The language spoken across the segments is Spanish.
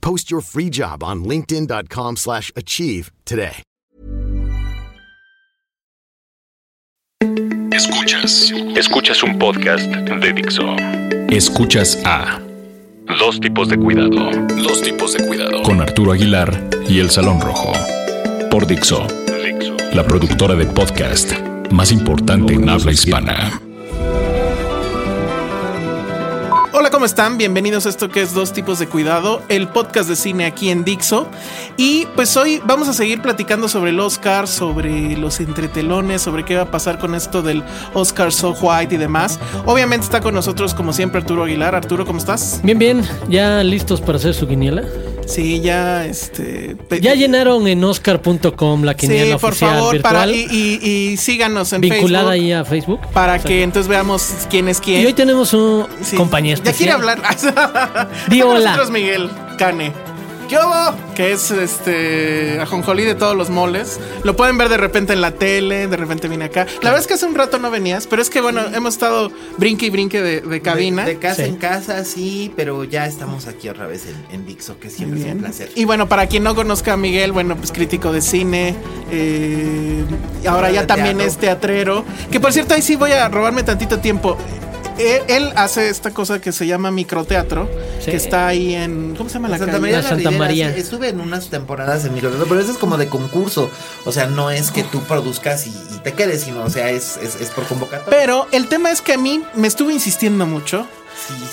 Post your free job on linkedin.com/achieve slash achieve today. Escuchas, escuchas un podcast de Dixo. Escuchas a Dos tipos de cuidado, dos tipos de cuidado con Arturo Aguilar y El Salón Rojo por Dixo, la productora de podcast más importante en habla hispana. Hola, ¿cómo están? Bienvenidos a esto que es Dos Tipos de Cuidado, el podcast de cine aquí en Dixo. Y pues hoy vamos a seguir platicando sobre el Oscar, sobre los entretelones, sobre qué va a pasar con esto del Oscar So White y demás. Obviamente está con nosotros, como siempre, Arturo Aguilar. Arturo, ¿cómo estás? Bien, bien, ya listos para hacer su quiniela. Sí, ya este. pe- Ya llenaron en Oscar.com la Sí, quiniela por oficial favor, virtual, para, y, y- y síganos en vinculada Facebook. ahí a Facebook. Para que entonces veamos quién es quién. Y hoy tenemos un Sí. compañía Ya especial. quiere hablar. Está Di con hola. nosotros Miguel Cane. ¿Qué hubo? Que es este ajonjolí de todos los moles. Lo pueden ver de repente en la tele, de repente viene acá. La verdad es que hace un rato no venías, pero es que bueno, hemos estado brinque y brinque de, de cabina. De, de casa Sí. en casa, sí, pero ya estamos aquí otra vez en, en Dixo, que siempre es un placer. Y bueno, para quien no conozca a Miguel, bueno, pues crítico de cine, eh, y ahora Ahora ya de también teatro. es teatrero, que por cierto ahí sí voy a robarme tantito tiempo. Él, él hace esta cosa que se llama microteatro, Sí. que está ahí en... ¿Cómo se llama la, Santa calle? María, La la Santa Ribera, María. sí, estuve en unas temporadas en Microteatro, pero eso es como de concurso. O sea, no es que tú produzcas y, y te quedes, sino, o sea, es, es, es por convocatoria. Pero el tema es que a mí me estuve insistiendo mucho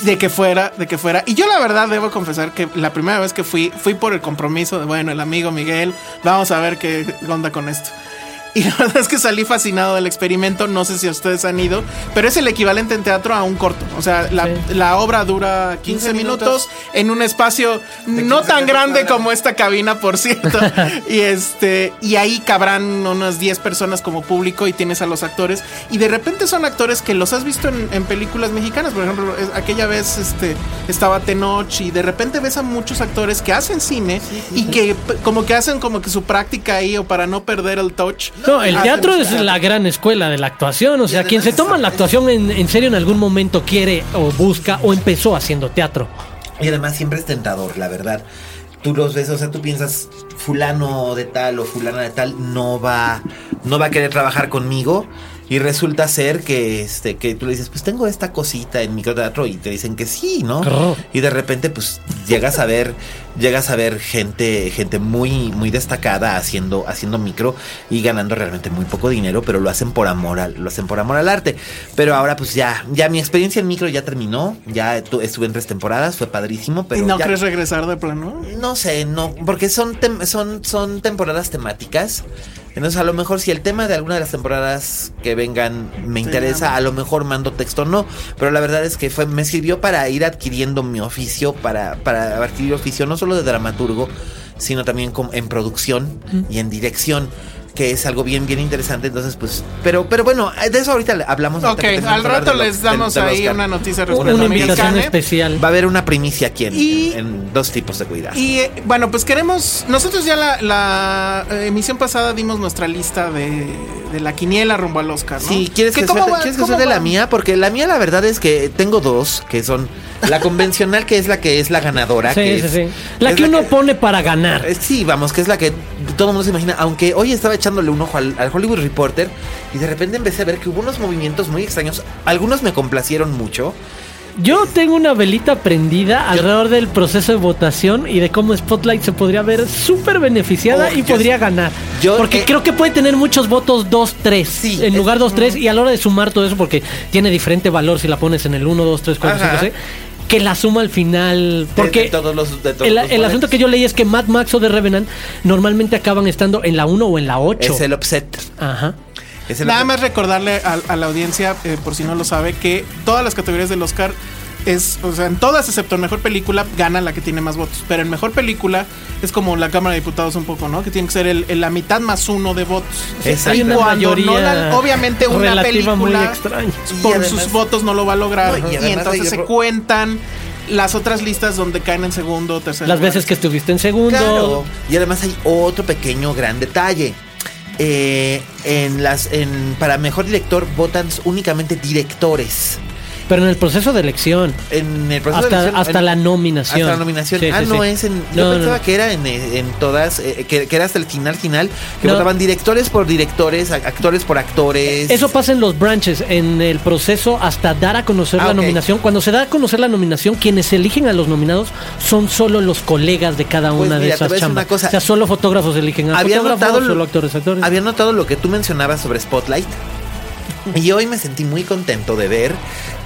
de que fuera, de que fuera. Y yo la verdad debo confesar que la primera vez que fui, fui por el compromiso de, bueno, el amigo Miguel, vamos a ver qué onda con esto. Y la verdad es que salí fascinado del experimento, no sé si ustedes han ido, pero es el equivalente en teatro a un corto. O sea, la, Sí. la obra dura 15, 15 minutos minutos. en un espacio 15 no tan metros grande cuadrados. como esta cabina, por cierto. y este, y ahí cabrán unas 10 personas como público y tienes a los actores. Y de repente son actores que los has visto en, en películas mexicanas. Por ejemplo, es- aquella vez este, estaba Tenoch y de repente ves a muchos actores que hacen cine y que p- como que hacen como que su práctica ahí o para no perder el touch. No, el hacen teatro su es la gran escuela de la actuación. O sea, además quien se es- toma la actuación en, en serio en algún momento quiere o busca o empezó haciendo teatro. Y además siempre es tentador, la verdad. Tú los ves, o sea, tú piensas, fulano de tal o fulana de tal no va, no va a querer trabajar conmigo. Y resulta ser que, este, que tú le dices, pues tengo esta cosita en microteatro y te dicen que sí, ¿no? Claro. Y de repente, pues llegas a ver, llegas a ver gente, gente muy, muy destacada haciendo, haciendo micro y ganando realmente muy poco dinero, pero lo hacen por amor al, lo hacen por amor al arte. Pero ahora, pues ya, ya mi experiencia en micro ya terminó, ya tu- estuve en tres temporadas, fue padrísimo, pero ¿Y no ya- crees regresar de plano? no sé, no, porque son, tem- son, son temporadas temáticas. Entonces, a lo mejor si el tema de alguna de las temporadas que vengan me interesa, a lo mejor mando texto no. Pero la verdad es que fue, me sirvió para ir adquiriendo mi oficio, para, para adquirir oficio no solo de dramaturgo, sino también como en producción y en dirección, que es algo bien, bien interesante. Entonces, pues, pero, pero bueno, de eso ahorita le- hablamos. ahorita Ok, que terminemos al de hablar rato de lo- les del- damos del ahí Oscar. una noticia respecto Una a invitación Pues Mexicane. especial. Va a haber una primicia aquí en, Y- en dos tipos de cuidado. Y eh, bueno, pues queremos. Nosotros ya la, la, eh, emisión pasada dimos nuestra lista de, de la quiniela rumbo al Oscar, ¿no? Sí, ¿quieres ¿Qué- que, cómo suelte- va- quieres que cómo suelte va? la mía? Porque la mía, la verdad es que tengo dos, que son la convencional, que es la que es la ganadora. Sí, que sí, es- sí. La es que uno pone para ganar. eh, Sí, vamos, que es la que todo el mundo se imagina. Aunque hoy estaba echándole un ojo al, al Hollywood Reporter y de repente empecé a ver que hubo unos movimientos muy extraños. Algunos me complacieron mucho. Yo tengo una velita prendida alrededor del proceso de votación y de cómo Spotlight se podría ver súper beneficiada Oh, y yo- podría ganar. yo- porque eh, creo que puede tener muchos votos 2-3. Sí, en es- lugar 2-3 y a la hora de sumar todo eso, porque tiene diferente valor si la pones en el 1, 2, 3, 4, 5, Ajá. 6. Que la suma al final. Porque de todos los- de todos el, los el boletos. asunto que yo leí es que Mad Max o The Revenant normalmente acaban estando en la 1 o en la 8. Es el offset. Ajá. Es el Nada offset. más recordarle a, a la audiencia, eh, por si no lo sabe, que todas las categorías del Oscar es, o sea, en todas excepto en mejor película gana la que tiene más votos. Pero en mejor película es como la Cámara de Diputados un poco, ¿no? Que tiene que ser el, el- la mitad más uno de votos. Exacto. Hay una Cuando mayoría. no la- obviamente una relativa muy película- extraña. Por Y además- sus votos no lo va a lograr. No, y y, además entonces hay- se cuentan las otras listas donde caen en segundo, tercero. Las veces que estuviste en segundo. Claro. Y además hay otro pequeño gran detalle. Eh, en las, en, para mejor director votan únicamente directores. Pero en el proceso de elección. En el proceso de Hasta, elección- hasta en- la nominación. Hasta la nominación. Sí, ah, sí, no, sí. es en. No, Yo no, pensaba no. que era en, eh, en todas. eh, que, que era hasta el final, final. Que No. votaban directores por directores, a- actores por actores. Eso pasa en los branches, en el proceso hasta dar a conocer Ah, la ok. nominación. Cuando se da a conocer la nominación, quienes eligen a los nominados son solo los colegas de cada Pues una de mira, te esas voy a decir chambas. una cosa. O sea, solo fotógrafos eligen a había fotógrafos, notado, solo actores, actores. había notado lo que tú mencionabas sobre Spotlight. Y hoy me sentí muy contento de ver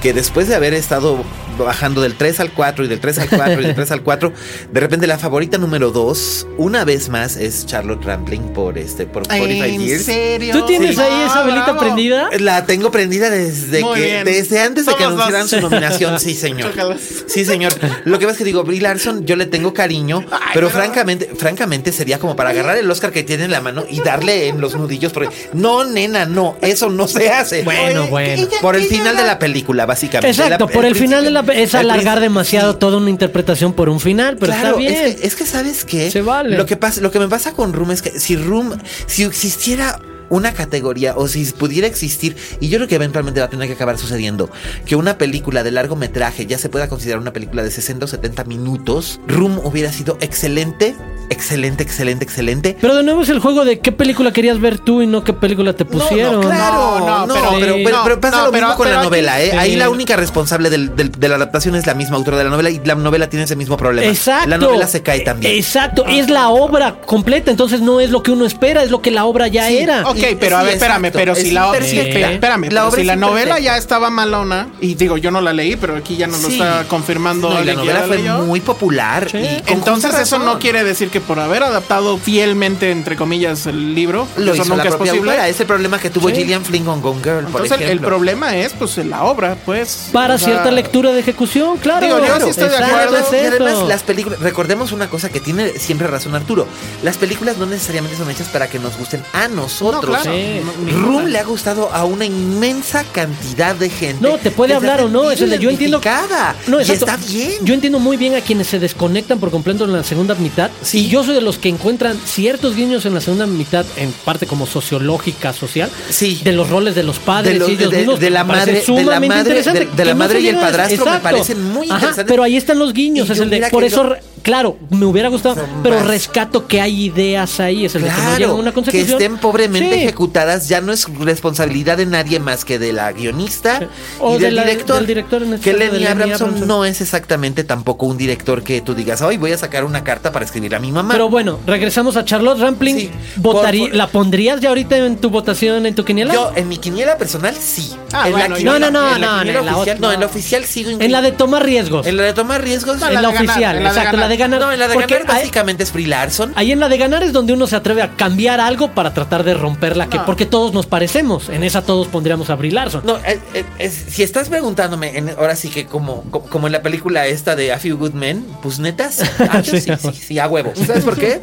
que después de haber estado bajando del 3 al 4 y del 3 al 4 y del 3 al 4, de repente la favorita número 2, una vez más, es Charlotte Rampling por este por 45 ¿En Years. serio? ¿Tú tienes Sí. ahí esa Ah, velita bravo. prendida? La tengo prendida desde Muy que bien. desde antes de que Somos anunciaran dos. su nominación, sí, señor. Chócalas. Sí, señor. Lo que pasa es que digo, Brie Larson, yo le tengo cariño, pero, francamente, francamente sería como para agarrar el Oscar que tiene en la mano y darle en los nudillos porque no, nena, no, eso no se hace. Bueno, bueno. por el final de la película, básicamente. Exacto, La- por el, final de la principio- es el alargar principio- demasiado sí. toda una interpretación por un final, pero Claro, está bien. Es, que, es que sabes que Se vale. lo que pasa, lo que me pasa con Room es que si Room, si existiera una categoría o si pudiera existir, y yo creo que eventualmente va a tener que acabar sucediendo, que una película de largometraje ya se pueda considerar una película de 60 o 70 minutos, Room hubiera sido excelente, excelente, excelente, excelente. Pero de nuevo es el juego de qué película querías ver tú y no qué película te pusieron. Claro, No, no, no, pero, sí. pero, pero- No, pero pasa no, lo pero- mismo con pero la aquí- novela, ¿eh? Ahí Sí. la única responsable del- del- de la adaptación es la misma autora de la novela y la novela tiene ese mismo problema. Exacto. Eh, La novela se cae también. Ah. Exacto, es la obra completa, entonces no es lo que uno espera, es lo que la obra ya Sí, era. Ok, Y- pero a sí, ver, espérame, exacto, pero es si la, imperfecta. pe- espérame, La pero obra si es la novela imperfecta. ya estaba malona, y digo, yo no la leí, pero aquí ya nos lo Sí. está confirmando No, y la alguien que ya novela la fue leyó. muy popular. Sí. y con Entonces justa eso razón. no quiere decir que por haber adaptado fielmente, entre comillas, el libro, Lo eso hizo nunca la es propia posible. autora. Es el problema que tuvo Sí. Gillian Flynn con Gone Girl, por Entonces el- el, ejemplo. problema es, pues, en la obra, pues... Para o sea, cierta lectura de ejecución, claro. Digo, yo claro, sí estoy de exacto, acuerdo. es Y además eso. las películas, recordemos una cosa que tiene siempre razón Arturo, las películas no necesariamente son hechas para que nos gusten a No, nosotros. claro. Sí. no, ninguna. Room le ha gustado a una inmensa cantidad de gente. No, te puede que se ha hablar o no, es el de- yo entiendo. identificada, No, y exacto. está bien. Yo entiendo muy bien a quienes se desconectan por completo en la segunda mitad. Sí. Y yo soy de los que encuentran ciertos guiños en la segunda mitad, en parte como sociológica, social, Sí. de los roles de los padres, De los- y ellos de- mismos, de la que me parece madre- de la sumamente madre- interesante, de- de la que madre se y el llega a- padrastro me parecen muy Ajá, interesantes. pero ahí están los guiños, Y es yo el de, mira que por eso, yo- re- claro, me hubiera gustado, Son pero más. rescato que hay ideas ahí, es el de que no llegan a Claro, una que consecución. estén pobremente Sí. ejecutadas ya no es responsabilidad de nadie más que de la guionista Sí. O y de del, la- director, del director, en este Que caso, de Lenny Lenny Abramson, Abramson. no es exactamente tampoco un director que tú digas, hoy voy a sacar una carta para escribir a mi mamá. Pero bueno, regresamos a Charlotte Rampling. Sí. Votarí- Por- por- ¿La pondrías ya ahorita en tu votación, en tu quiniela? yo en mi quiniela personal sí. Ah, en bueno, la yo- No, quiniela- no, no, en la no, quiniela en la oficial, otra. no, en la oficial sigo en la de tomar riesgos. en la de tomar riesgos. No, en la la de ganar, oficial, en la de exacto, la de ganar. No, en la de Porque ganar ahí- básicamente es Free Larson. Ahí en la de ganar es donde uno se atreve a cambiar algo para tratar de romperla, que No. porque todos nos parecemos. En esa todos pondríamos a Brie Larson. No, eh, eh, es- si estás preguntándome, en- ahora sí que como, co- como, en la película esta de A Few Good Men, pues netas, ah, yo sí, sí, sí, a huevo. ¿Sabes por qué?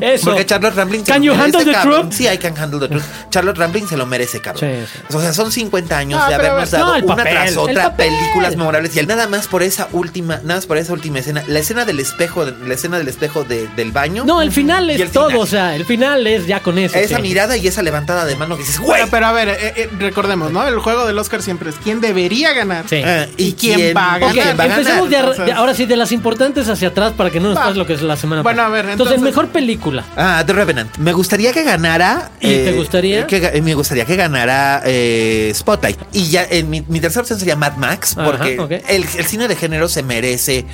Eso. Porque Charlotte Rampling Can you handle the cabrón. truth? Sí, I can handle the truth. Charlotte Rampling se lo merece, cabrón. Sí, O sea, son 50 años Ah, de pero a habernos ver, no, dado el una papel, tras el otra papel. películas memorables y el- nada más por esa última, nada más por esa última escena, la escena del espejo, de- la escena del espejo de- del baño. No, el final es Y el todo, final. o sea, el final es ya con eso. Esa sí. mirada y esa levantada de mano que dices, güey. Bueno, pero a ver, eh, eh, recordemos, ¿no? El juego del Oscar siempre es quién debería ganar Sí. Ah, y, quién, va a Ok, ganar. va a ganar. Empecemos de ar- Entonces- de- ahora sí, de las importantes hacia atrás para que no nos Va. pase lo que es la semana Bueno, pasada. a ver, entonces, entonces- mejor película. Ah, The Revenant. Me gustaría que ganara. ¿Y te gustaría? que ga- eh, me gustaría que ganara eh, Spotlight. Y ya eh, mi, mi tercera opción sería Mad Max, Ajá, porque ok. el, el cine de género se merece.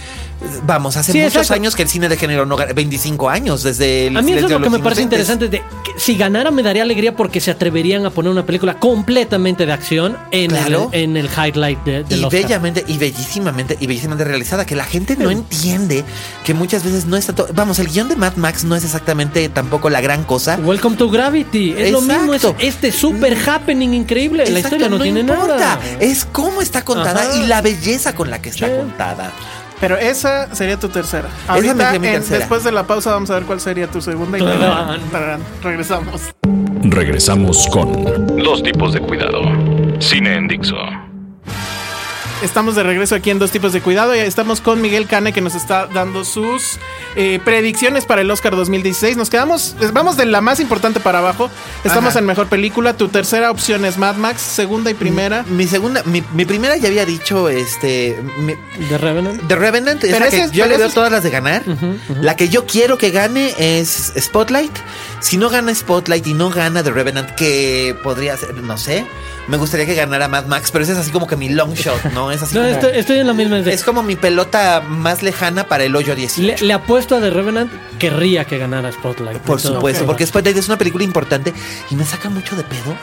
Vamos, hace Sí, muchos exacto. años que el cine de género no gana. 25 años desde el. A mí eso es lo Silencio de que me los parece Inocentes. interesante. De, que si ganara me daría alegría porque se atreverían a poner una película completamente de acción en, Claro. el, en el highlight de, del Y Oscar. bellamente, y bellísimamente, y bellísimamente realizada, que la gente no entiende que muchas veces no está todo. Vamos, el guión de Mad Max no es exactamente tampoco la gran cosa. Welcome to Gravity. Es lo mismo, es Exacto. este super happening increíble. la Exacto, historia no, tiene importa. nada. Es cómo está contada Ajá. y la belleza con la que está Sí. contada. Pero esa sería tu tercera. Esa me Ahorita, sería mi en- tercera. después de la pausa, vamos a ver cuál sería tu segunda. Y Tarán. tarán, regresamos. Regresamos con Dos tipos de cuidado. Cine en Dixo. Estamos de regreso aquí en Dos Tipos de Cuidado y estamos con Miguel Cane que nos está dando sus eh, predicciones para el Oscar 2016. Nos quedamos, eh, vamos de la más importante para abajo. Estamos Ajá. en mejor película. Tu tercera opción es Mad Max, segunda y primera. Mi segunda, mi, mi primera ya había dicho este mi- De Revenant. The Revenant, es Pero la que ese es- yo pero le veo ese es- todas las de ganar. La que yo quiero que gane es Spotlight. Si no gana Spotlight y no gana The Revenant, que podría ser, no sé. Me gustaría que ganara Mad Max, pero ese es así como que mi long shot, ¿no? Es así No, este como- estoy, estoy en la misma. es como mi pelota más lejana para el hoyo 18. Le, le apuesto a The Revenant, querría que ganara Spotlight. Por Entonces, supuesto, ok. porque Spotlight es una película importante y me saca mucho de pedo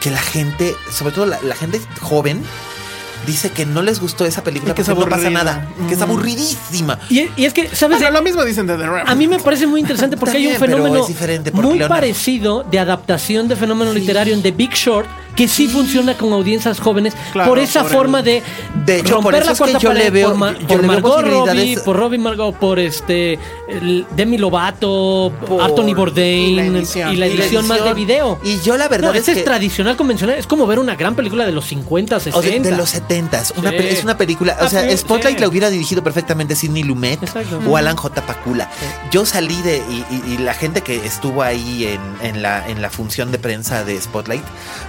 que la gente, sobre todo la, la gente joven, dice que no les gustó esa película Y que porque es no pasa aburrida. nada, que es aburridísima. Y, y es que, ¿sabes? Bueno, lo mismo dicen de The Revenant. A mí me parece muy interesante porque hay un También, pero fenómeno es diferente porque muy Leonardo- parecido de adaptación de fenómeno literario en The Big Short que sí, funciona con audiencias jóvenes Claro, por esa por el- forma de, De hecho, por romper eso la es que cuarta yo le pared veo- por, Ma- yo le por veo Margot Robbie, posibilidades- por Robin Margot, por este el Demi Lovato, Por- Anthony y la Bourdain edición. y la Y la edición más de edición. video. Y yo la verdad No, es este es, que- tradicional convencional, es como ver una gran película de los 50, 60. O sea, de los 70 una Sí. pe- es una película, Ah, o sea, sí, Spotlight sí. la hubiera dirigido perfectamente Sidney Lumet Exacto. o Alan J. Pakula. Yo salí de, y, y- y la gente que estuvo ahí en, en la, en la función de prensa de Spotlight,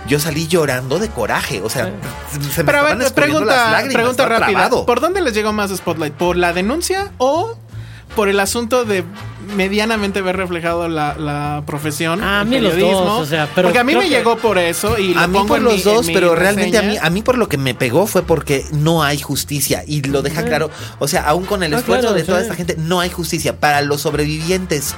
yo salí llorando de coraje, o sea, se me Pero a estaban ver, escurriendo las pregunta, lágrimas, pregunta estaba rápida. trabado. ¿Por dónde les llegó más Spotlight? ¿Por la denuncia o por el asunto de medianamente ver reflejado la, la profesión? Ah, A el mí los periodismo? dos, o sea, pero Porque a mí creo me que- llegó por eso y lo A mí pongo por en los mi- en dos, mi pero realmente a mí, reseña. a mí por lo que me pegó fue porque no hay justicia y lo deja claro. O sea, aún con el Ah, esfuerzo claro, de toda sí. esta gente, no hay justicia para los sobrevivientes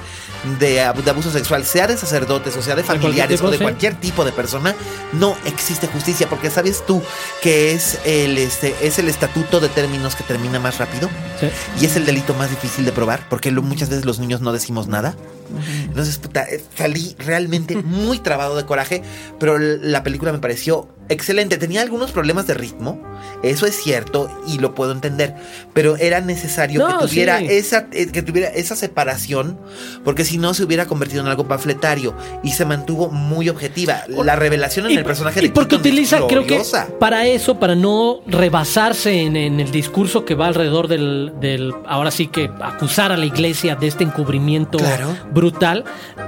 de, ab- de abuso sexual, sea de sacerdotes o sea de cualquier familiares tipo, o de sí. cualquier tipo de persona, no existe justicia porque sabes tú que es el este es el estatuto de términos que termina más rápido Sí. y es el delito más difícil de probar porque lo- muchas veces los niños no decimos nada. Entonces puta, eh, salí realmente muy trabado de coraje, pero l- la película me pareció excelente. Tenía algunos problemas de ritmo, eso es cierto y lo puedo entender, pero era necesario No, que tuviera sí. esa eh, que tuviera esa separación porque si no se hubiera convertido en algo panfletario y se mantuvo muy objetiva. La revelación en el personaje de porque Keaton es utiliza, creo que gloriosa. para eso, para no rebasarse en, en el discurso que va alrededor del, del- ahora sí que acusar a la iglesia de este encubrimiento Claro. brutal,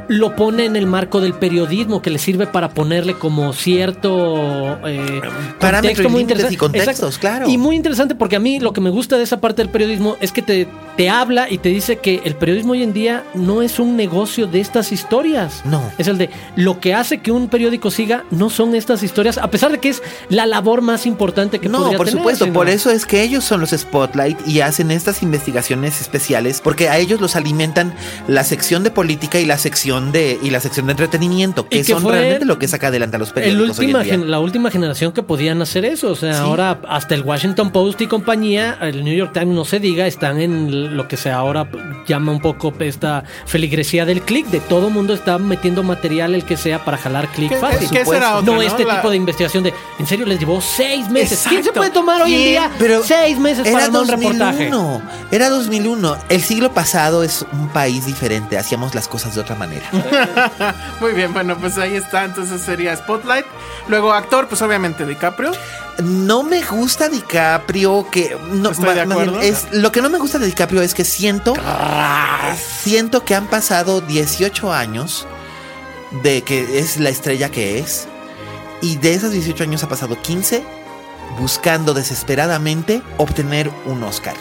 lo pone en el marco del periodismo que le sirve para ponerle como cierto eh, Parámetro y contexto muy límites interesante. y contextos, claro. Y muy interesante porque a mí lo que me gusta de esa parte del periodismo es que te, te habla y te dice que el periodismo hoy en día no es un negocio de estas historias. No. Es el de lo que hace que un periódico siga no son estas historias, a pesar de que es la labor más importante que No, podría por tener, supuesto, sino- por eso es que ellos son los Spotlight y hacen estas investigaciones especiales porque a ellos los alimentan la sección de política y la sección de y la sección de entretenimiento, que, que son fue realmente lo que saca adelante a los El periódicos hoy última en día. gen- la última generación que podían hacer eso. O sea, Sí. ahora hasta el Washington Post y compañía, el New York Times no se diga, están en lo que se ahora llama un poco esta feligresía del click. De todo mundo está metiendo material el que sea para jalar click ¿Qué- fácil. qué será otra, no, no? este La- tipo de investigación de, en serio, les llevó seis meses. ¿Quién se Exacto. puede tomar hoy en ¿Quién? día seis meses para armar un reportaje? Era 2001. El siglo pasado es un país diferente. Hacíamos las cosas de otra manera. Muy bien, bueno, pues ahí está. Entonces sería Spotlight. Luego actor, pues obviamente DiCaprio. No me gusta DiCaprio que no Estoy de ma- más bien, acuerdo. es lo que no me gusta de DiCaprio es que siento siento que han pasado 18 años de que es la estrella que es y de esos 18 años ha pasado 15 buscando desesperadamente obtener un Oscar.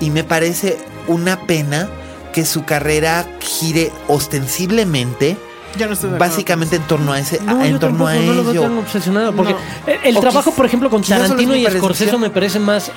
Y me parece una pena que su carrera gire ostensiblemente Ya no estoy de acuerdo. básicamente en torno a ese No, a- Ah, en yo torno tampoco, a no lo veo ello. tan obsesionado. Porque No. el- el O trabajo, quiz- por ejemplo, con quizás solo es Tarantino mi y percepción. Scorsese me parece más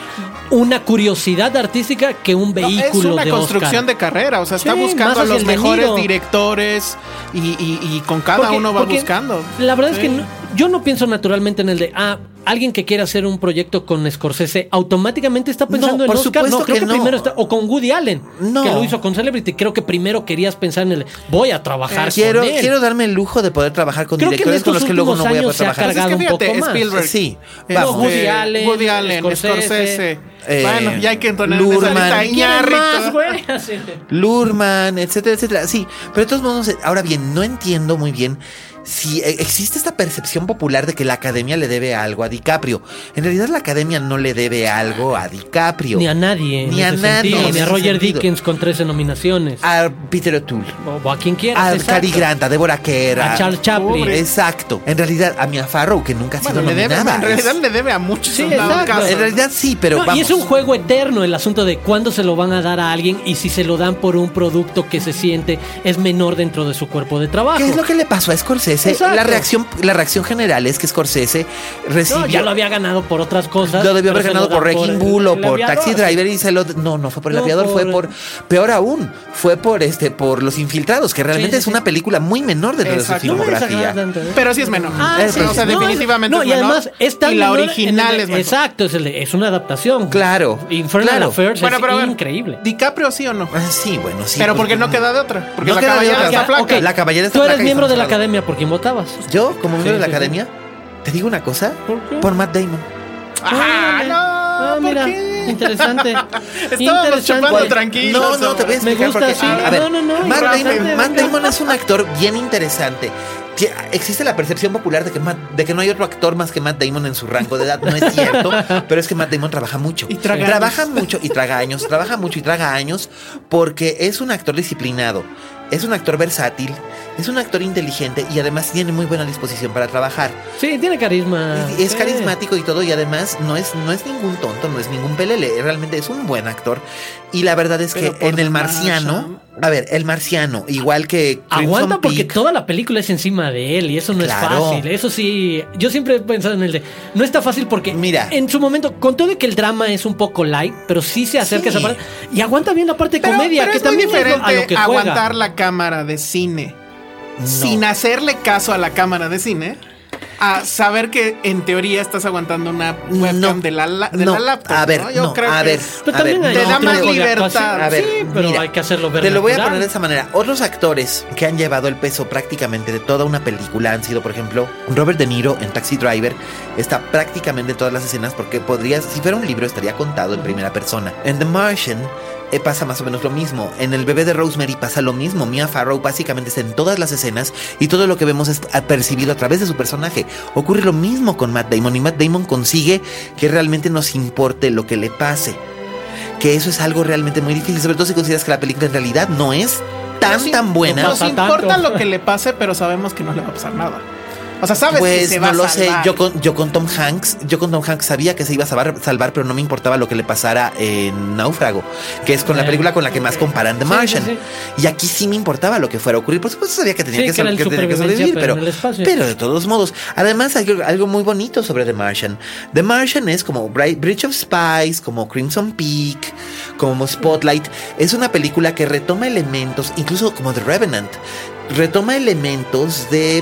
una curiosidad artística que un No, vehículo es una de construcción Oscar. de carrera, o sea, está Sí, más buscando a hacia los el mejores De Niro. directores y, y- y con cada Porque- uno va porque buscando. La verdad es Sí. que no- yo no pienso naturalmente en el de, ah, alguien que quiera hacer un proyecto con Scorsese automáticamente está pensando No, en por Oscar. supuesto no, creo que que, no. primero está, o con Woody Allen, No. que lo hizo con Celebrity. Creo que primero querías pensar en el, voy a trabajar Quiero, con él. quiero darme el lujo de poder trabajar con Creo que en directores con estos los que luego no últimos voy a poder años se ha trabajar. cargado- Pues es que un poco más. Spielberg. Sí, Este, vamos. Woody Allen, Woody Allen, Scorsese. Scorsese. Eh, bueno, ya hay que entonar Luhrmann. ¿Quién más, güey? Así. Lurman, etcétera, etcétera. Sí, pero de todos modos, eh, ahora bien, no entiendo muy bien si eh, existe esta percepción popular de que la academia le debe algo a DiCaprio. En realidad, la academia no le debe algo a DiCaprio. Ni a nadie. en Ni a ese nadie, sentido, en Ni a ese Roger sentido. Dickens con 13 nominaciones. A Peter O'Toole, o, o a quien quiera. a Cary Grant, a Débora Kerr. A Charles Chaplin. Pobre. Exacto. En realidad, a Mia Farrow, que nunca ha sido Bueno, le debe, nominada. en realidad Es- le debe a muchos. Sí, en dado exacto. caso. en realidad sí, pero No, vamos. y es un juego eterno el asunto de cuándo se lo van a dar a alguien y si se lo dan por un producto que se siente es menor dentro de su cuerpo de trabajo. ¿Qué es lo que le pasó a Scorsese? Exacto. La reacción, la reacción general es que Scorsese recibió. No, ya lo había ganado por otras cosas. Lo debió pero haber se ganado dan por Wrecking el- Bull o el por aviador. Taxi Driver y se lo. No, no fue por el No, aviador, fue por. por- Peor aún, fue por este, por Los Infiltrados, que realmente Sí, sí, es una sí. película muy menor dentro de su Exacto. No me filmografía. desagrada tanto, ¿eh? Pero sí es menor. Ah, Es sí, menor. o sea, no, definitivamente no, es y menor. además es tan y la menor en original el- es mejor. Exacto, es, el- es una adaptación. Claro, Infernal claro. Affairs Bueno, es pero a ver, increíble. DiCaprio sí o no. Ah, sí, bueno, sí. pero pues, porque no queda de otra. Porque No la queda de caballera otra. está flaca. Ok, La caballera está Tú flaca eres y miembro de la estamos academia, ¿por quién votabas? Yo, como miembro Sí, de la sí, sí. academia, te digo una cosa. ¿Por qué? Por Matt Damon. Ah, no. Ah, ¿por mira, qué? interesante. Estábamos chupando Interesante. tranquilos. ah, No, no, te voy a ves. Me explicar gusta, porque- sí. A ver, No, no, no, Matt, interesante, Damon, Matt venga. Damon es un actor bien interesante. Que- Existe la percepción popular de que, Matt- de que no hay otro actor más que Matt Damon en su rango de edad. No es cierto, pero es que Matt Damon trabaja mucho. Y traga Trabaja mucho y traga años. Trabaja mucho y traga años porque es un actor disciplinado. Es un actor versátil. Es un actor inteligente y además tiene muy buena disposición para trabajar. Sí, tiene carisma. Y es Sí. carismático y todo, y además no es, no es ningún tonto, no es ningún pelele, realmente es un buen actor. Y la verdad es que Pero por en El demás, Marciano, a ver, El Marciano, igual que Crimson Aguanta porque Peak, toda la película es encima de él y eso no Claro. es fácil. Eso sí, yo siempre he pensado en el de. No está fácil porque. Mira. En su momento, con todo de que el drama es un poco light, pero sí se acerca Sí. esa parte. Y aguanta bien la parte de Pero, comedia, pero que es muy también diferente es lo- a lo que juega. aguantar la cámara de cine No. sin hacerle caso a la cámara de cine a saber que en teoría estás aguantando una webcam No. de la, la- de No. la laptop. A ver, ¿no? Yo no, creo a que ver, es- Pero A también ver, hay te otro da más tipo de libertad. actuación. A ver, sí, pero mira, hay que hacerlo ver. Te lo voy a natural. poner de esa manera. Otros actores que han llevado el peso prácticamente de toda una película han sido, por ejemplo, Robert De Niro en Taxi Driver. Está prácticamente en todas las escenas porque podría, si fuera un libro, estaría contado en primera persona. En The Martian eh, pasa más o menos lo mismo. En El bebé de Rosemary pasa lo mismo. Mia Farrow básicamente está en todas las escenas y todo lo que vemos es a- percibido a través de su personaje. Ocurre lo mismo con Matt Damon y Matt Damon consigue que realmente nos importe lo que le pase que eso es algo realmente muy difícil, sobre todo si consideras que la película en realidad no es tan nos tan buena. Nos pasa importa tanto. lo que le pase, pero sabemos que no le va a pasar nada. O sea, sabes que Pues se va no a lo sé, salvar. yo con, yo con Tom Hanks, yo con Tom Hanks sabía que se iba a salvar, salvar, pero no me importaba lo que le pasara en Náufrago, que es con la Eh, película con la que más comparan The Sí, sí, Martian. sí. Y aquí sí me importaba lo que fuera a ocurrir, por supuesto sabía que tenía, Sí, que, que sal- era el que tenía que supervivencia, sobrevivir, pero pero, en el espacio. pero de todos modos, además hay algo muy bonito sobre The Martian. The Martian es como Bri- Bridge of Spies, como Crimson Peak, como Spotlight, es una película que retoma elementos, incluso como The Revenant, retoma elementos de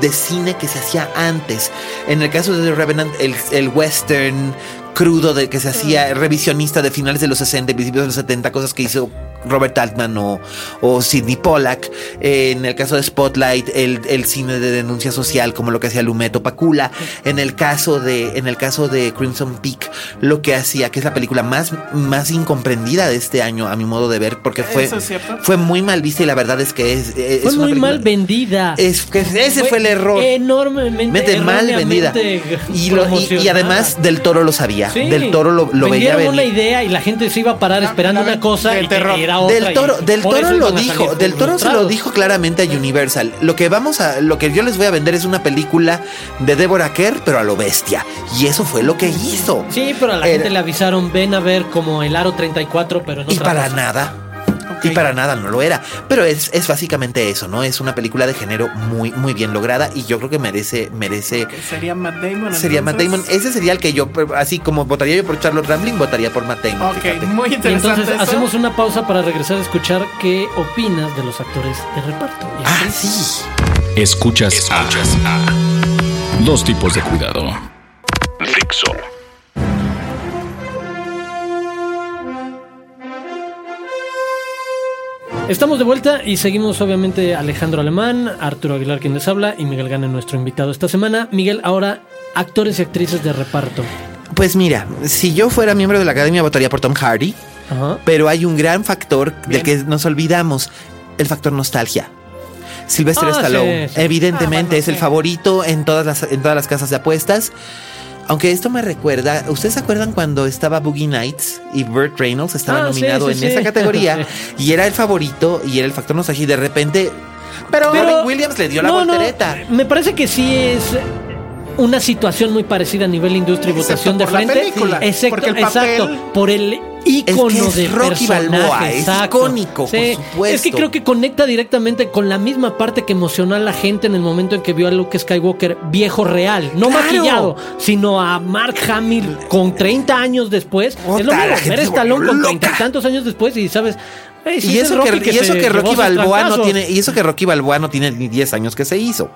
de cine que se hacía antes. En el caso de The Revenant, el, el western crudo de que se hacía revisionista de finales de los 60, principios de los 70, cosas que hizo Robert Altman o, o Sidney Pollack. Eh, en el caso de Spotlight, el, el cine de denuncia social, como lo que hacía Lumeto Pacula. En el caso de, en el caso de Crimson Peak, lo que hacía, que es la película más, más incomprendida de este año, a mi modo de ver, porque fue, Eso es cierto. fue muy mal vista y la verdad es que es. es- Fue es una muy mal película- vendida. Es que ese fue el error. Enormemente. Mete mal vendida. erróneamente Y, lo- y- y, además promocionada. del toro lo sabía. Sí. Del toro lo, lo veía Vendieron una venir. idea y la gente se iba a parar La- esperando Ah, la- una cosa del y que terror. era otra. Del toro, y del por toro eso lo iban a dijo, salir del toro se lo frustrados. dijo claramente a Universal. Lo que vamos a, lo que yo les voy a vender es una película de Deborah Kerr, pero a lo bestia. Y eso fue lo que hizo. Eh, Sí, pero a la Era- gente le avisaron, ven a ver como el aro 34, pero no Y para nada. Ok. Y para nada no lo era. Pero es, es básicamente eso, ¿no? Es una película de género muy, muy bien lograda. Y yo creo que merece, merece. Sería Matt Damon. Sería Matt Damon. entonces. Ese sería el que yo, así como votaría yo por Charlotte Rambling, votaría por Matt Damon. Ok, fíjate. muy Y interesante. entonces eso. hacemos una pausa para regresar a escuchar qué opinas de los actores de reparto. Y Ah, actrices. sí. Escuchas, Escuchas a, Dos tipos de cuidado. Dixo. Estamos de vuelta y seguimos obviamente Alejandro Alemán, Arturo Aguilar quien les habla y Miguel Gana nuestro invitado esta semana. Miguel, ahora actores y actrices de reparto. Pues mira, si yo fuera miembro de la academia, votaría por Tom Hardy. Ajá. Pero hay un gran factor del que nos olvidamos: el factor nostalgia. Sylvester Ah, Stallone, sí, sí. evidentemente, Ah, bueno, es el sí. favorito en todas, las, en todas las casas de apuestas. Aunque esto me recuerda, ¿ustedes se acuerdan cuando estaba Boogie Nights y Burt Reynolds estaba Ah, sí, nominado sí, en sí. esa categoría Sí. y era el favorito y era el factor nostalgia y de repente pero, Robin Williams le dio la no, no, voltereta. me parece que sí es una situación muy parecida a nivel industria y Excepto votación de por la frente. película, Exacto, porque el exacto, papel- por el ícono Es que es de Rocky personaje, Balboa, es exacto. icónico, por supuesto. Es que creo que conecta directamente con la misma parte que emocionó a la gente en el momento en que vio a Luke Skywalker viejo real, no ¡Claro! maquillado, sino a Mark Hamill con 30 años después. es lo Puta, la mismo, gente ver a se Stallone volvió con loca. treinta y tantos años después y sabes... "Ey, sí y, es el eso que, Rocky y eso se que llevó Rocky sus Balboa no trancazos". tiene, y eso que Rocky Balboa no tiene ni 10 años que se hizo.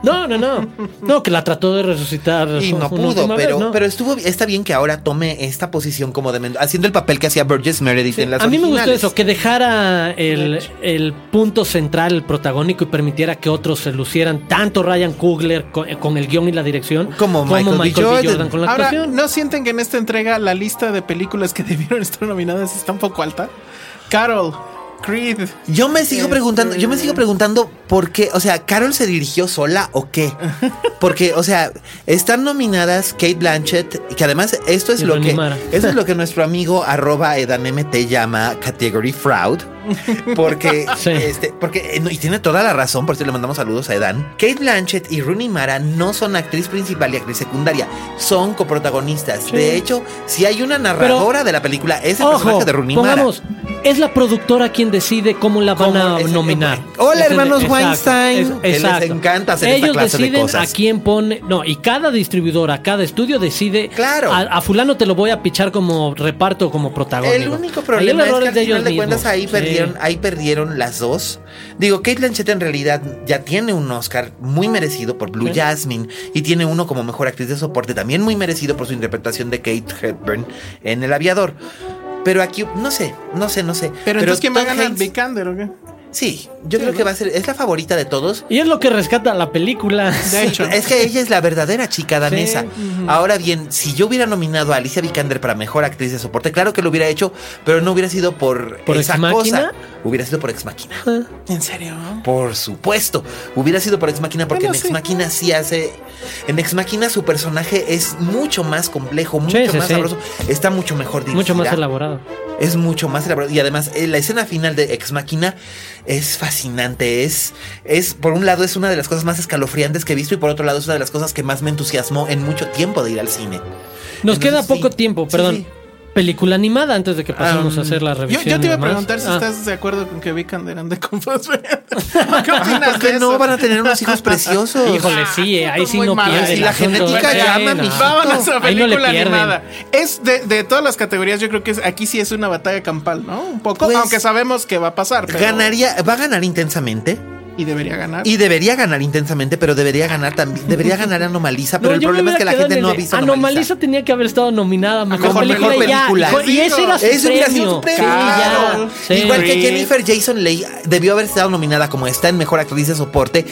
No, no, no. No, que la trató de resucitar. Y una no pudo, última pero, vez, ¿no? pero estuvo, está bien que ahora tome esta posición como de men- haciendo el papel que hacía Burgess Meredith en las a mí me gustó originales. eso, que dejara el, el punto central, el protagónico, y permitiera que otros se lucieran, tanto Ryan Coogler co- eh, con, el guión y la dirección, Como Michael B. Jordan. con la Ahora, actuación. ¿no sienten que en esta entrega la lista de películas que debieron estar nominadas está un poco alta? Carol, Creed. Yo me sigo Este- preguntando, yo me sigo preguntando por qué, o sea, Carol se dirigió sola o qué? Porque, o sea, están nominadas Kate Blanchett, y que además esto es Y lo que Rooney Mara. eso es lo que nuestro amigo arroba edanmt llama category fraud. Porque, Sí. este, porque eh, no, y tiene toda la razón, por eso le mandamos saludos a Edan. Kate Blanchett y Rooney Mara no son actriz principal y actriz secundaria, son coprotagonistas. De hecho, si hay una narradora de la película, es el Ojo, personaje de Rooney Mara. pongamos, es la productora quien decide cómo la van ¿Cómo? a Exacto. nominar. Hola, Es el- hermanos exacto, Weinstein, es- que les exacto. encanta hacer esta Ellos clase de deciden cosas. a quién pone, no, y cada distribuidora, cada estudio decide, Claro. a, a fulano te lo voy a pichar como reparto, como protagonista. El único problema es que al final de cuentas ahí perdieron, Sí. ahí perdieron las dos. Digo, Kate Blanchett en realidad ya tiene un Oscar muy merecido por Blue Sí. Jasmine y tiene uno como mejor actriz de soporte también muy merecido por su interpretación de Kate Hepburn en El Aviador. Pero aquí, no sé, no sé, no sé. Pero, entonces, ¿quién va a Todd ganar? Haynes- Vikander, ¿o qué? Sí, yo creo que va a ser, es la favorita de todos. Y es lo que rescata la película. De hecho. Es que ella es la verdadera chica danesa. Ahora bien, si yo hubiera nominado a Alicia Vikander para mejor actriz de soporte, claro que lo hubiera hecho, pero no hubiera sido por, ¿Por esa Ex cosa. Machina? Hubiera sido por Ex Máquina. ¿En serio? Por supuesto, hubiera sido por Ex Máquina porque Bueno, en Ex sí. Máquina sí hace. En Ex Máquina su personaje es mucho más complejo, mucho sí, más sí. sabroso, está mucho mejor dirigida. Mucho más elaborado. Es mucho más elaborado. Y además, eh, la escena final de Ex Máquina es fascinante. Es, es, por un lado, es una de las cosas más escalofriantes que he visto, y por otro lado, es una de las cosas que más me entusiasmó en mucho tiempo de ir al cine. Nos Entonces, queda poco sí. tiempo, Sí, perdón. sí. Película animada antes de que pasemos Um, a hacer la yo- revisión. Yo, te y iba a demás. preguntar si Ah. estás de acuerdo con que Vikander ande con Fast Bear. ¿Qué opinas Porque de no eso? van a tener unos hijos preciosos. Híjole, sí, eh, ahí sí Ah, Muy no mal. pierde. Y el la asunto. genética Sí, llama, no. mijito. Vámonos a Ahí no le película pierden. animada. Es de, de todas las categorías, yo creo que es, aquí sí es una batalla campal, ¿no? Un poco, Pues, aunque sabemos que va a pasar. pero- Ganaría, va a ganar intensamente. y debería ganar. Y debería ganar intensamente, pero debería ganar también. Debería ganar Anomaliza, pero el problema es que la gente no ha visto Anomaliza. Anomaliza. tenía que haber estado nominada a mejor, mejor película, mejor y ya. película. Y, y ese era su Eso premio. hubiera sido su premio. Claro. Sí, ya. Sí. Igual que Rick. Jennifer Jason Leigh debió haber estado nominada como está en Mejor Actriz de Soporte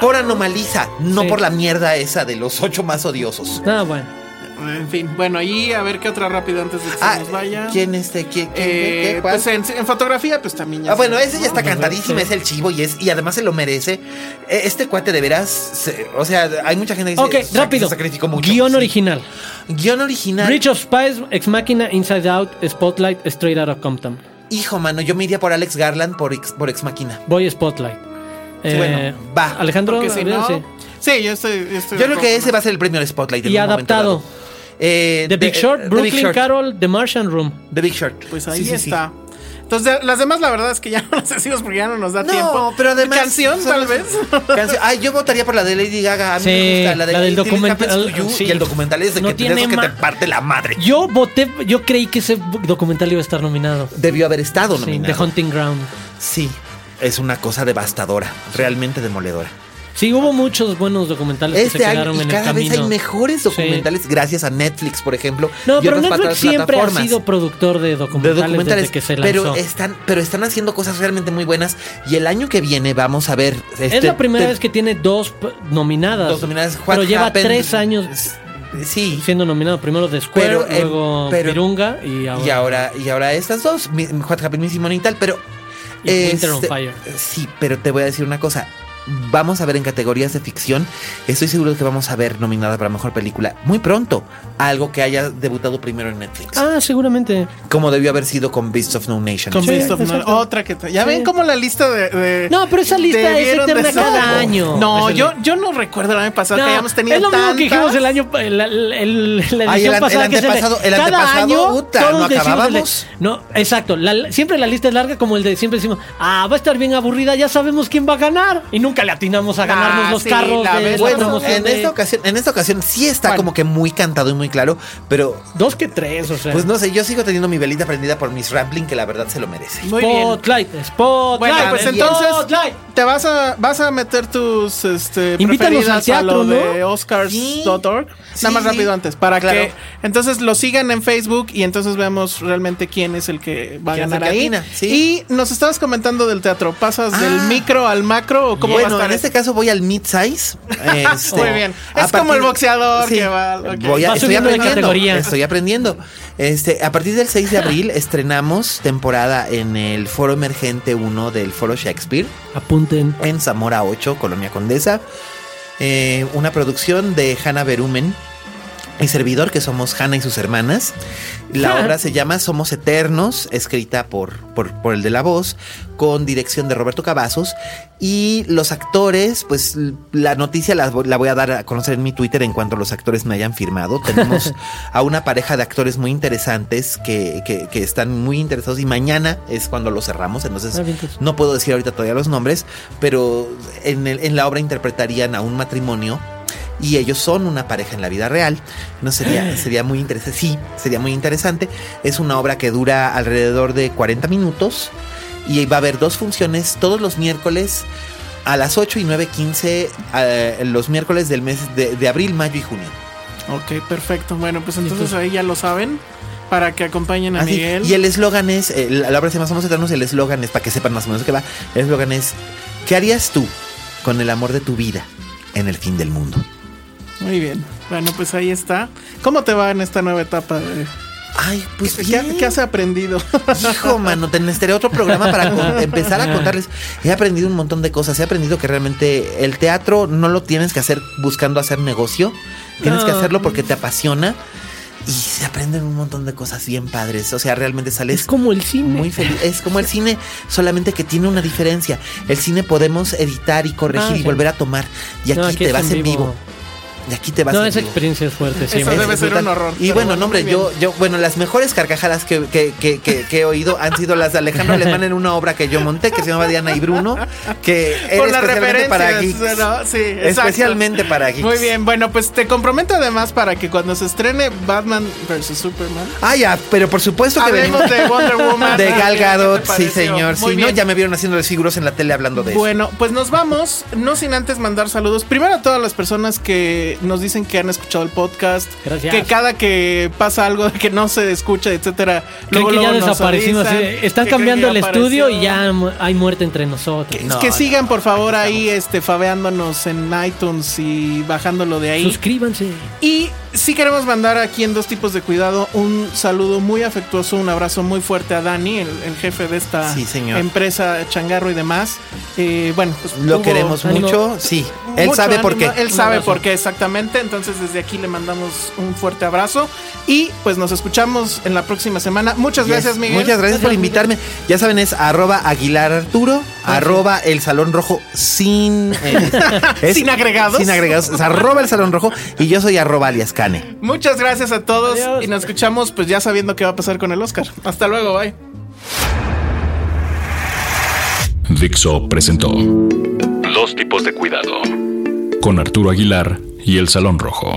por Anomaliza, no Ah. Sí. por la mierda esa de los ocho más odiosos. Ah, bueno. En fin, bueno, ahí a ver qué otra rápido antes de que Ah, se nos vaya. ¿quién este? ¿Quién? quién- Eh, qué- qué- cuál? pues en, en fotografía, pues también ya. Ah, bueno, se- ese ya está cantadísimo, es el chivo y es y además se lo merece. E- Este cuate de veras, se- o sea, hay mucha gente que dice, Ok, "Se- rápido. se sacrificó mucho". Guión Sí. original. Guión original. Bridge of Spies, Ex Machina, Inside Out, Spotlight, Straight Out of Compton. Hijo, mano, yo me iría por Alex Garland por ex, por ex máquina. Voy a Spotlight. Eh, bueno, va, Alejandro, Porque si no. Adrián, eh, sí. Sí, yo estoy. yo estoy Yo de creo que acuerdo. ese va a ser el premio de Spotlight. en Y un momento adaptado. dado. Eh, The Big de- Short, eh, The Brooklyn Big Short. Carol, The Martian Room. The Big Short. Pues ahí Sí, sí, sí. está. Entonces, de- las demás, la verdad es que ya no las decimos porque ya no nos da tiempo. No, pero además. Canción, tal solo- vez. Canción. Ay, yo votaría por la de Lady Gaga. A mí Sí, me gusta. La, de la del It Happens to documental, You sí. Y el documental es de No que, te, de tiene esos que te ma- parte la madre. Yo voté, yo creí que ese documental iba a estar nominado. Debió haber estado Sí, nominado. The Hunting Ground. Sí, es una cosa devastadora, realmente demoledora. Sí, hubo muchos buenos documentales que se Este año quedaron y en cada el vez camino. hay mejores documentales gracias a Netflix, por ejemplo. No, y pero otras Netflix plat- siempre ha plataformas sido productor de de documentales, documentales, desde que se lanzó. pero están, pero están haciendo cosas realmente muy buenas y el año que viene vamos a ver. este, es la primera vez que tiene dos p- nominadas. Dos nominadas, What pero lleva Happened- tres años sí. siendo nominado. Primero de Square, Pero, eh, luego pero- Pirunga y ahora. Y ahora, y ahora estas dos, mi- What Happened Missy Simone y tal, pero. este, Y Winter on Fire. Sí, pero te voy a decir una cosa. Vamos a ver en categorías de ficción. Estoy seguro que vamos a ver nominada para mejor película muy pronto. Algo que haya debutado primero en Netflix. Ah, seguramente. Como debió haber sido con Beasts of No Nation. Con- Sí, Beast of exacto. None. Otra que. tra- Ya Sí. ven como la lista de. de- No, pero esa lista es debieron de eterna ser- cada año. No, Es el- yo, yo no recuerdo el año pasado No, que hayamos tenido es lo mismo que dijimos tantas. el año el, el- el- la edición Ay, el an- el pasada que se le- antepasado- el cada antepasado, año puta, todos ¿no decimos- acabábamos? no exacto la- siempre la lista es larga como el de siempre decimos ah va a estar bien aburrida ya sabemos quién va a ganar y nunca le atinamos a ganarnos Ah, los sí, carros la de vez la pasada. Bueno, promoción en de- esta ocasión, en esta ocasión sí está Bueno. como que muy cantado y muy claro, pero dos que tres o sea pues no sé, yo sigo teniendo mi velita prendida por Miss Rampling, que la verdad se lo merece. Muy bien. spotlight spotlight Bueno, pues spotlight. entonces te vas a vas a meter tus este Invítanos al preferidas a lo teatro, de ¿no? oscars.org. Sí, Nada más sí. rápido antes para Claro. que entonces lo sigan en Facebook y entonces veamos realmente quién es el que va a ¿Quién es ganar el que ahí. atina? Sí. Y nos estabas comentando del teatro, pasas Ah. del micro al macro o cómo bueno, va a en este estar. caso voy al mid-size. este, Muy bien. a Es como el boxeador Sí. que va- ok. Voy a- Va estoy subiendo de aprendiendo. categoría. Estoy aprendiendo. Este, a partir del 6 de abril estrenamos temporada en el Foro Emergente 1 del Foro Shakespeare apunten en Zamora 8, Colonia Condesa. Eh, una producción de Hanna Berumen y servidor, que somos Hanna y sus hermanas. La obra se llama Somos Eternos, escrita por, por, por el de la voz, con dirección de Roberto Cavazos. Y los actores, pues l- la noticia la, vo- la voy a dar a conocer en mi Twitter en cuanto los actores me hayan firmado. Tenemos a una pareja de actores muy interesantes que, que- que están muy interesados y mañana es cuando lo cerramos, entonces Ah, bien, pues. no puedo decir ahorita todavía los nombres, pero en, el- en la obra interpretarían a un matrimonio y ellos son una pareja en la vida real. No sería, sería muy interesante. Sí, sería muy interesante. Es una obra que dura alrededor de 40 minutos y va a haber dos funciones todos los miércoles a las 8 y 9.15 eh, los miércoles del mes de, de abril, mayo y junio. Ok, perfecto. Bueno, pues entonces ahí ya lo saben para que acompañen a Así, Miguel. Y el eslogan es, eh, la la obra se llama Somos Eternos, el eslogan es, para que sepan más o menos qué va, el eslogan es, ¿qué harías tú con el amor de tu vida en el fin del mundo? Muy bien. Bueno, pues ahí está. ¿Cómo te va en esta nueva etapa? de- Ay, pues ¿Qué, bien. qué has aprendido? Hijo, mano, te necesitaré otro programa para con- empezar a contarles. He aprendido un montón de cosas. He aprendido que realmente el teatro no lo tienes que hacer buscando hacer negocio. Tienes que No. hacerlo porque te apasiona. Y se aprenden un montón de cosas bien padres. O sea, realmente sales es como el cine muy feliz. Es como el cine, solamente que tiene una diferencia. El cine podemos editar y corregir Ah, y sí. volver a tomar. Y aquí No, aquí te es vas en en vivo. Y aquí te vas No, a esa experiencia es fuerte, sí. Esa man. debe ser brutal. un horror, Y pero bueno, bueno, no, hombre, muy bien. yo, yo, bueno, las mejores carcajadas que, que- que- que- que he oído han sido las de Alejandro Alemán en una obra que yo monté, que se llamaba Diana y Bruno, que era Con las especialmente para geeks. referencias, ¿no? Sí, exacto. especialmente para geeks. Muy bien, bueno, pues te comprometo además para que cuando se estrene Batman vs Superman, Ah, ya, pero por supuesto que hablemos venimos de Wonder Woman. de Gal Gadot, ¿Qué te sí pareció? señor. Muy Si no, bien. ya me vieron haciendo los figuros en la tele hablando de Bueno, pues nos vamos, no sin antes mandar saludos. Primero a todas las personas que nos dicen que han escuchado el podcast. Gracias. Que cada que pasa algo que no se escucha, etcétera, Creen luego, que ya luego nos desaparecimos. avisan, eh, Están que creen cambiando que el ya estudio y apareció. ya mu- hay muerte entre nosotros. Que, No, que no, sigan, por favor, ahí este, fabeándonos en iTunes y bajándolo de ahí. Suscríbanse. Y sí queremos mandar aquí en Dos Tipos de Cuidado un saludo muy afectuoso, un abrazo muy fuerte a Dani, el, el jefe de esta Sí, señor. empresa Changarro y demás. Eh, bueno, pues, eso. Lo hubo queremos ánimo. mucho, sí. Él mucho sabe por qué. ánimo, Él Un sabe abrazo. por qué, exactamente. Entonces desde aquí le mandamos un fuerte abrazo y pues nos escuchamos en la próxima semana. Muchas gracias, Yes. Miguel. Ah, Muchas gracias por invitarme. Ya saben, es arroba Aguilar Arturo, arroba el Salón Rojo sin... eh, es- Sin agregados. Sin agregados. Es arroba el Salón Rojo y yo soy arroba alias Cane. Muchas gracias a todos Adiós. y nos escuchamos pues ya sabiendo qué va a pasar con el Oscar. Hasta luego, bye. Dixo presentó Dos tipos de cuidado con Arturo Aguilar y El Salón Rojo.